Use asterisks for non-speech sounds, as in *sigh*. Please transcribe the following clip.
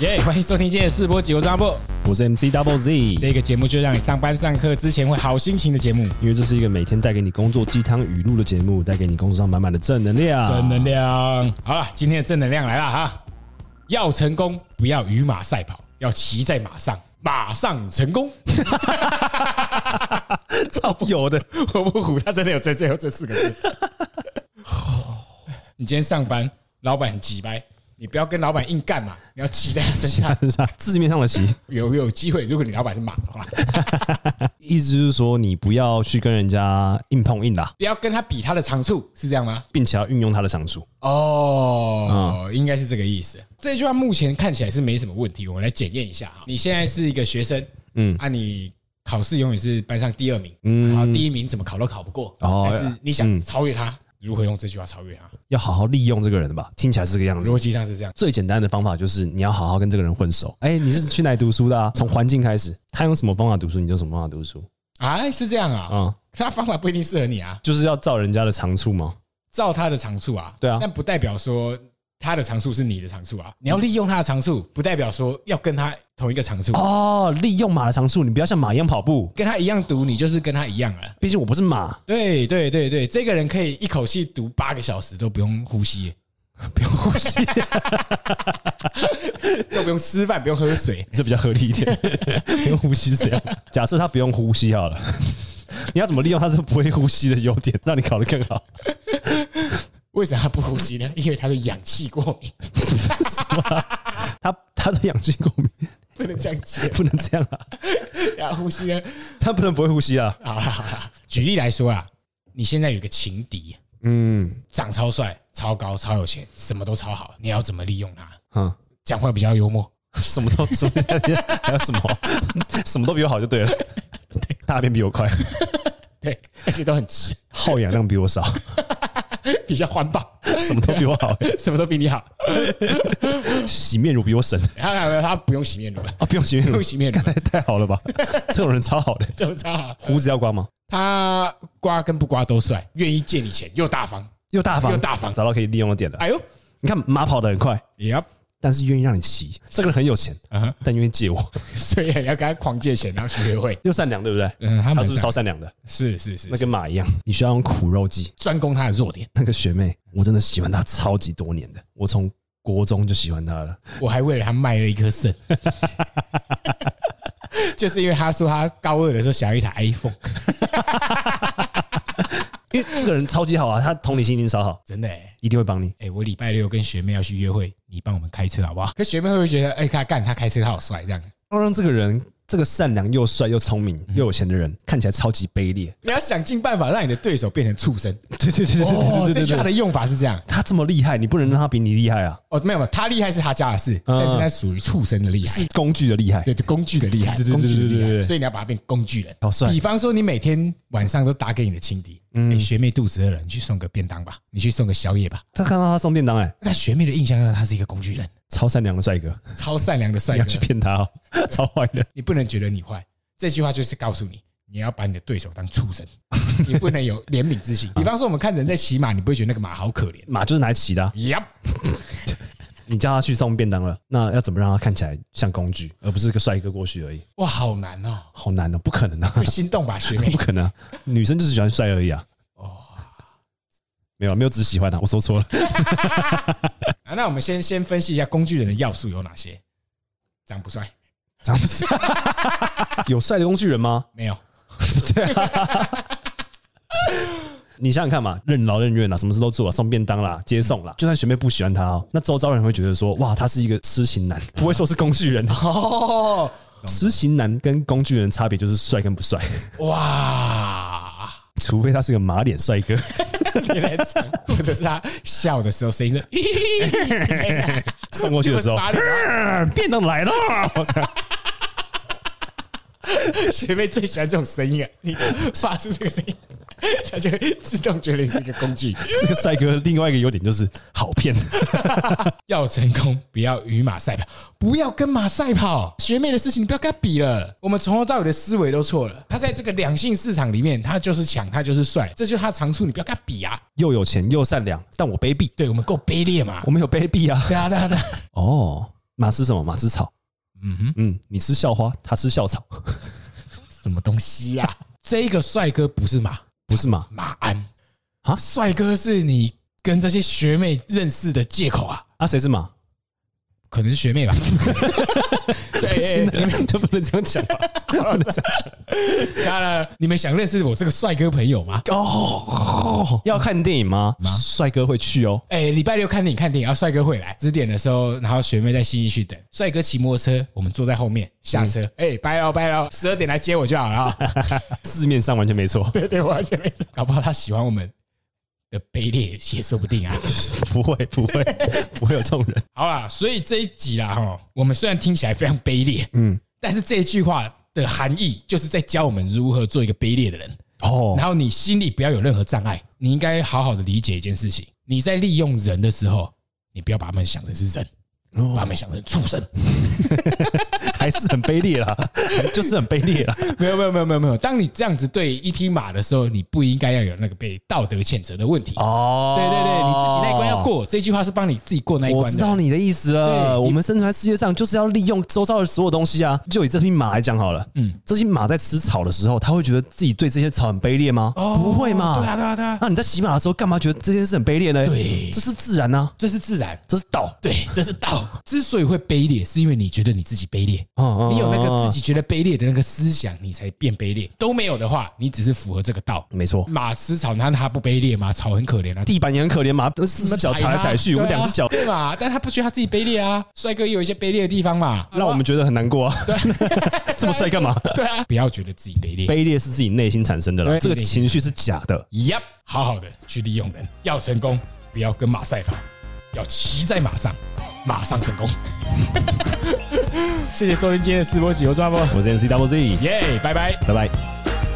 耶、欢迎收听今天的试播集，我是阿波。我是 MC Double Z，因这个节目就让你上班上课之前会好心情的节目，为这是一个每天带给你工作鸡汤语录的节目，带给你工作上满满的正能量。正能量。好了，今天的正能量来了哈！要成功，不要与马赛跑，要骑在马上，马上成功。超有的，我不唬，他真的有在最后这四个字。你今天上班，老板很急掰，你不要跟老板硬干嘛，你要骑在他身上。是啊，字面上的棋，有有机会，如果你老板是马的话，意思就是说你不要去跟人家硬碰硬啦，不要跟他比他的长处，是这样吗？并且要运用他的长处。嗯哦，应该是这个意思。这句话目前看起来是没什么问题，我们来检验一下啊。你现在是一个学生，嗯，啊，你考试永远是班上第二名，嗯，然后第一名怎么考都考不过，哦还是你想超越他？如何用这句话超越他？要好好利用这个人吧，听起来是这个样子逻。辑上是这样，最简单的方法就是你要好好跟这个人混熟。哎、你是去哪里读书的啊？从环境开始，他用什么方法读书，你就什么方法读书。啊，是这样啊，嗯，他方法不一定适合你啊，就是要照人家的长处嘛。照他的长处啊，对啊但不代表说。他的长处是你的长处啊！你要利用他的长处，不代表说要跟他同一个长处，哦，利用马的长处，你不要像马一样跑步。跟他一样读，你就是跟他一样了。毕竟我不是马，对对对对，这个人可以一口气读八个小时都不用呼吸， *laughs* 不用呼吸， *laughs* 又不用吃饭，不用喝水。这比较合理一 *laughs* 点。不用呼吸是这样。假设他不用呼吸好 *laughs* 了，你要怎么利用他这不会呼吸的优点，让你考得更 *laughs* 好？为什么他不呼吸呢？ *laughs* 因为他的氧气过敏， *laughs* 他他的氧气过敏，不能这样接。不能这样啊！然后呼吸呢？ *laughs* 他不能不会呼吸啊！好啦好啦，举例来说啊，你现在有一个情敌，嗯长超帅、超高、超有钱，什么都超好，你要怎么利用他？嗯，讲话比较幽默，什么都什么还有什么什么都比我好就对了。 *laughs* 大便比我快，对，而且都很直，耗氧量比我少，比较环保，什么都比我好，什么都比你好。 *laughs* 洗面乳比我省他他不用洗面乳了，啊！不用洗面不乳用，洗面乳了，太好了吧？ *laughs* 这种人超好的，怎么超好？胡子要刮吗？他刮跟不刮都帅，愿意借你钱又大方。又大方，又大方找到可以利用的点了。哎呦，你看马跑得很快，也要但是愿意让你骑，这个人很有钱，啊哈，但愿意借我， *laughs* *laughs* 所以你要跟他狂借钱，然后去约会。又善良，对不对？嗯，他他们是不是超善良的？是是是那跟马一样，你需要用苦肉计。专攻他的弱点。那个学妹，我真的喜欢她超级多年的，我从国中就喜欢她了。我还为了他卖了一颗 *laughs* 肾，就是因为他说他高二的时候想要一台 iPhone，因为这个人超级好啊，他同理心一定超好，真的哎、一定会帮你。哎、我礼拜六跟学妹要去约会，你帮我们开车好不好？可学妹会不会觉得，哎、他干他开车他好帅这样？要让这个人，这个善良又帅又聪明又有钱的人，看起来超级卑劣。你要想尽办法让你的对手变成畜生。对对 *laughs* 对对哦，对这对句对话的对，用法是这样。他这么厉害，你不能让他比你厉害啊，哦，没有，没有，他厉害是他家的事，嗯但是他属于畜生的厉害。是工具的厉害。对对，工具的厉害，对对对工具的对对厉对害，对所以你要把它变工具人。好帅比方说，你每天晚上都打给你的情敌，嗯哎，学妹肚子饿了，你去送个便当吧，你去送个宵夜吧。他看到他送便当，哎，那学妹的印象让她是一个工具 *laughs* 人，超善良的帅哥。超善良的帅你哥要，去骗他、哦， *laughs* 超坏的。你不能觉得你坏。这句话就是告诉你，你要把你的对手当畜 *laughs* 生，你不能有怜悯之啊心。比方说，我们看人在骑马，你不会觉得那个马好可怜。马就是拿来骑的啊、呀，你叫他去送便当了，那要怎么让他看起来像工具，而不是个帅哥过去而已？哇，好难哦，好难哦，不可能啊 *laughs* 会，心动吧，学妹不？可能、啊，女生就是喜欢帅而已啊。没有啊，没有只喜欢他、我说错了。啊，那我们先先分析一下工具人的要素有哪些。长不帅，咱们是 *laughs* 有帅的工具人吗？没 *laughs* 有，你想想看嘛，任劳任怨啦、什么事都做、啊，送便当啦，接送啦。就算学妹不喜欢他哦，那周遭人会觉得说，哇，他是一个痴情男，不会说是工具人。哦，痴情男跟工具人差别就是帅跟不 *laughs* 帅，哇！除非他是个马脸帅哥。你来讲，或者是他笑的时候声音是，哎 *laughs* 送过去的时候，打脸呃 *laughs* 便当来了，学妹最喜欢这种声音啊！你发出这个声音，她就会自动觉得你是一个工具。这个帅哥另外一个优点就是好骗， *laughs* 要成功，不要与马赛跑，不要跟马赛跑。学妹的事情，你不要跟她比了。我们从头到尾的思维都错了。她在这个两性市场里面，她就是强，她就是帅，这就是她的长处。你不要跟她比啊！又有钱又善良，但我卑鄙，对我们够卑劣嘛？我们有卑鄙啊。对啊，对啊，对啊。哦，马吃什么？马吃草。嗯哼，嗯，你吃校花，他吃校草，什么东西呀、这个帅哥不是马不是马马鞍啊帅哥是你跟这些学妹认识的借口啊，啊？谁是马？可能是学 *laughs* 妹吧。对，你们都不能这样讲吧？当然，你们想认识我这个帅哥朋友吗？ *laughs* 哦，要看电影吗？帅哥会去哦。哎，礼拜六看电影，看电影，啊然后帅哥会来指点的时候，然后学妹在新义区等，帅哥骑摩托车，我们坐在后面下车，哎，拜喽拜喽，十二点来接我就好了啊。字面上完全没错， *laughs* 对对，我完全没错，搞不好他喜欢我们的卑劣也说不定啊。 *laughs* 不会，不会，不会有这种人。好啦，所以这一集啦，哈，我们虽然听起来非常卑劣，嗯，但是这句话的含义就是在教我们如何做一个卑劣的人。哦然后你心里不要有任何障碍，你应该好好的理解一件事情：你在利用人的时候，你不要把他们想成是人，哦把他们想成畜生。 *laughs* 还是很卑劣啦，就是很卑劣啦。没有没有没有没有没有，当你这样子对一匹马的时候，你不应该要有那个被道德谴责的问题。哦对对对，你自己那一关要。过，这句话是帮你自己过那一关我的。知道你的意思对了。你我们生存在世界上，就是要利用周遭的所有东西啊。就以这匹马来讲好了，嗯，这匹马在吃草的时候，它会觉得自己对这些草很卑劣吗？不会嘛。对啊对啊对啊，那你在骑马的时候，干嘛觉得这件事很卑劣呢？对这是自然啊，这是自然。这是道。对， *laughs* 这是道。之所以会卑劣，是因为你觉得你自己卑劣，嗯你有那个自己，己觉得卑劣的那个思想，你才变卑劣。都没有的话，你只是符合这个道。没错。马吃草，那它不卑劣吗？草很可怜啊，地板也很可怜嘛，四只脚踩来踩去，我们两只脚对嘛？但他不觉得他自己卑劣啊，帅哥也有一些卑劣的地方嘛。让我们觉得很难过啊。 *laughs* 这么帅干嘛？ *laughs* 对啊，不要觉得自己卑劣。卑劣是自己内心产生的对了，这个情绪是假的。 Yep，好好的去利用人，要成功，不要跟马赛跑，要骑在马上，马上 *laughs* 成功。谢谢收听今天的试播集，我是阿波，我是 N C Double Z，耶，拜拜。拜拜。